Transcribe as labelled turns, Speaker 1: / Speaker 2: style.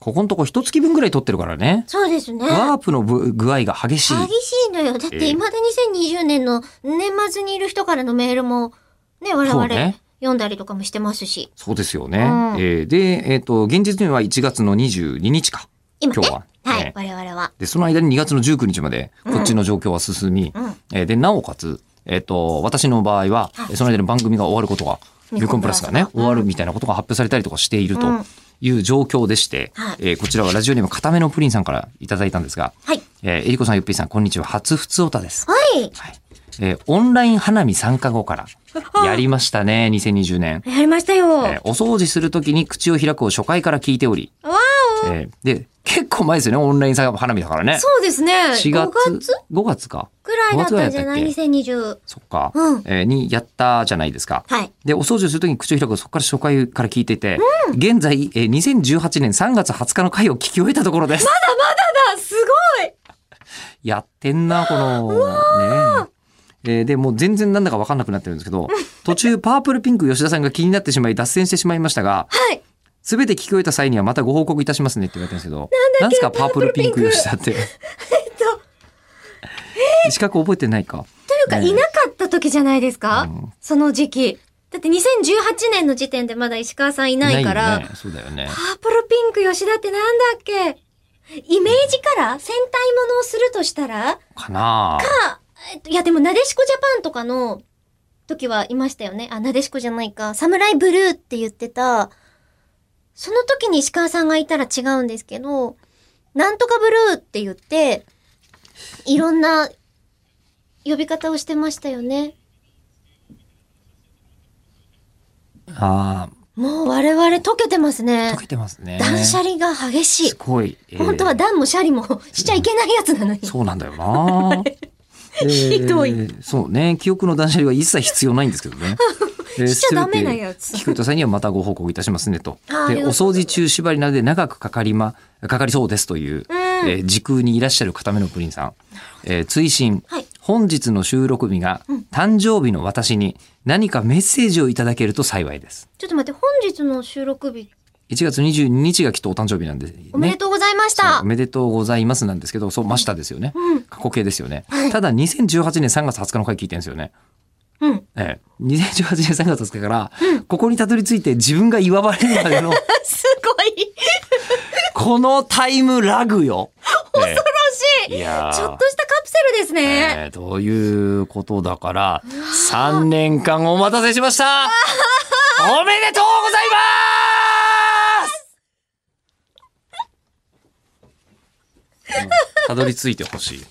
Speaker 1: ここのとこ一月分ぐらい取ってるからね。
Speaker 2: そうですね。
Speaker 1: ワープのぶ具合が激しい。
Speaker 2: 激しいのよ。だっ
Speaker 1: ええ
Speaker 2: て、いまだ2020年の年末にいる人からのメールも、ね、我
Speaker 1: そう
Speaker 2: 々、
Speaker 1: ね
Speaker 2: 読んだりとかもしてますし。
Speaker 1: そうですよね。
Speaker 2: うん
Speaker 1: えーで、えっ、と、現実には1月の22日か。
Speaker 2: 今ね。
Speaker 1: 今日は
Speaker 2: はい、
Speaker 1: ええ
Speaker 2: 我々は。
Speaker 1: で、その間に2月の19日まで、こっちの状況は進み、
Speaker 2: うん
Speaker 1: えーで、なおかつ、えっ、と、私の場合は、
Speaker 2: は
Speaker 1: え
Speaker 2: い
Speaker 1: ーその間に番組が終わることが、
Speaker 2: ミ
Speaker 1: ミ
Speaker 2: コ
Speaker 1: コ
Speaker 2: ン
Speaker 1: ンプ
Speaker 2: プラ
Speaker 1: ラ
Speaker 2: ス
Speaker 1: ス
Speaker 2: が
Speaker 1: がね、終わるみたいなことが発表されたりとかしていると
Speaker 2: うん
Speaker 1: いう状況でして、
Speaker 2: はい
Speaker 1: えーこちらはラジオネーム片目のプリンさんからいただいたんですが、
Speaker 2: はい。
Speaker 1: えー、えりこさん、ゆっぴーさん、こんにちは。初ふつおたです。
Speaker 2: はい。
Speaker 1: はい。えーオンライン花見参加後 から、やりましたね、2020年。
Speaker 2: やりましたよ。
Speaker 1: えーお掃除するときに口を開くを初回から聞いており、
Speaker 2: わ
Speaker 1: えーで、結構前ですよね、オンライン花見だからね。
Speaker 2: そうですね。
Speaker 1: 4
Speaker 2: 5
Speaker 1: 月
Speaker 2: 月
Speaker 1: 5月か。
Speaker 2: くらいだったんじゃない
Speaker 1: 5
Speaker 2: ?2020。
Speaker 1: そっか。
Speaker 2: うん
Speaker 1: えーにやったじゃないですか。
Speaker 2: はい。
Speaker 1: で、お掃除をするときに口を開く、そこから初回から聞いてて、現在、えー2018年3月20日の回を聞き終えたところです。
Speaker 2: ただ、すごい
Speaker 1: やってんな、この、ねえーで、もう全然なんだか分かんなくなってるんですけ ど、途中、パープルピンク吉田さんが気になってしまい、脱線してしまいましたが、
Speaker 2: はい。
Speaker 1: すべて聞き終えた際にはまたご報告いたしますねって言われてるんですけど、なんですかパープルピンク 吉田って。えっと、資格覚えてないか。
Speaker 2: というか、
Speaker 1: ねえ
Speaker 2: いなかった時じゃないですか、
Speaker 1: うん
Speaker 2: その時期。だって2018年の時点でまだ石川さんいないから、
Speaker 1: よね、そうだよね
Speaker 2: パ。ープルピンク吉田ってなんだっけイメージカラー戦隊ものをするとしたら
Speaker 1: かなあ
Speaker 2: えっといやでもなでしこジャパンとかの時はいましたよね。あ、なでしこじゃないか。サムライブルーって言ってた。その時に石川さんがいたら違うんですけど、なんとかブルーって言って、いろんな呼び方をしてましたよね。
Speaker 1: あ
Speaker 2: もう我々溶けてます
Speaker 1: ー
Speaker 2: ね
Speaker 1: 溶。けてますね。
Speaker 2: 断捨離が激しい
Speaker 1: す。ごい。えー
Speaker 2: 本当は段もシャリも しちゃいけないやつなのに。
Speaker 1: そうなんだよな。えー
Speaker 2: ひどい。
Speaker 1: そうね。記憶の断捨離は一切必要ないんですけど ね。えー
Speaker 2: しちゃダメなやつ
Speaker 1: 全て聞くと際にはまたご報告いたしますねと。
Speaker 2: あーあり
Speaker 1: で、
Speaker 2: がとう
Speaker 1: お掃除中縛りなので長くかかりま、かかりそうですという。
Speaker 2: うん。
Speaker 1: えー時空にいらっしゃる片目のプリンさん、えー追伸、
Speaker 2: はい
Speaker 1: 本日の収録日が誕生日の私に何かメッセージをいただけると幸いです
Speaker 2: ちょっと待って、本日の収録日、
Speaker 1: 1月22日がきっとお誕生日なんで、ね、
Speaker 2: おめでとうございまし
Speaker 1: そう
Speaker 2: た。
Speaker 1: おめでとうございますなんですけどそう真下ですよね、
Speaker 2: うん。
Speaker 1: 過去形ですよね、
Speaker 2: はい
Speaker 1: ただ2018年3月20日の回聞いてるんですよね、
Speaker 2: うん。
Speaker 1: ええ、2018年3月20日から、ここにたどり着いて自分が祝われるまで の
Speaker 2: すごい。
Speaker 1: このタイムラグ よ恐ろ
Speaker 2: 楽しい。
Speaker 1: いやー
Speaker 2: ちょっとしたカプセルですね。
Speaker 1: えーということだから、3年間お待たせしま したおめでとうございますうんたどり着いてほしい。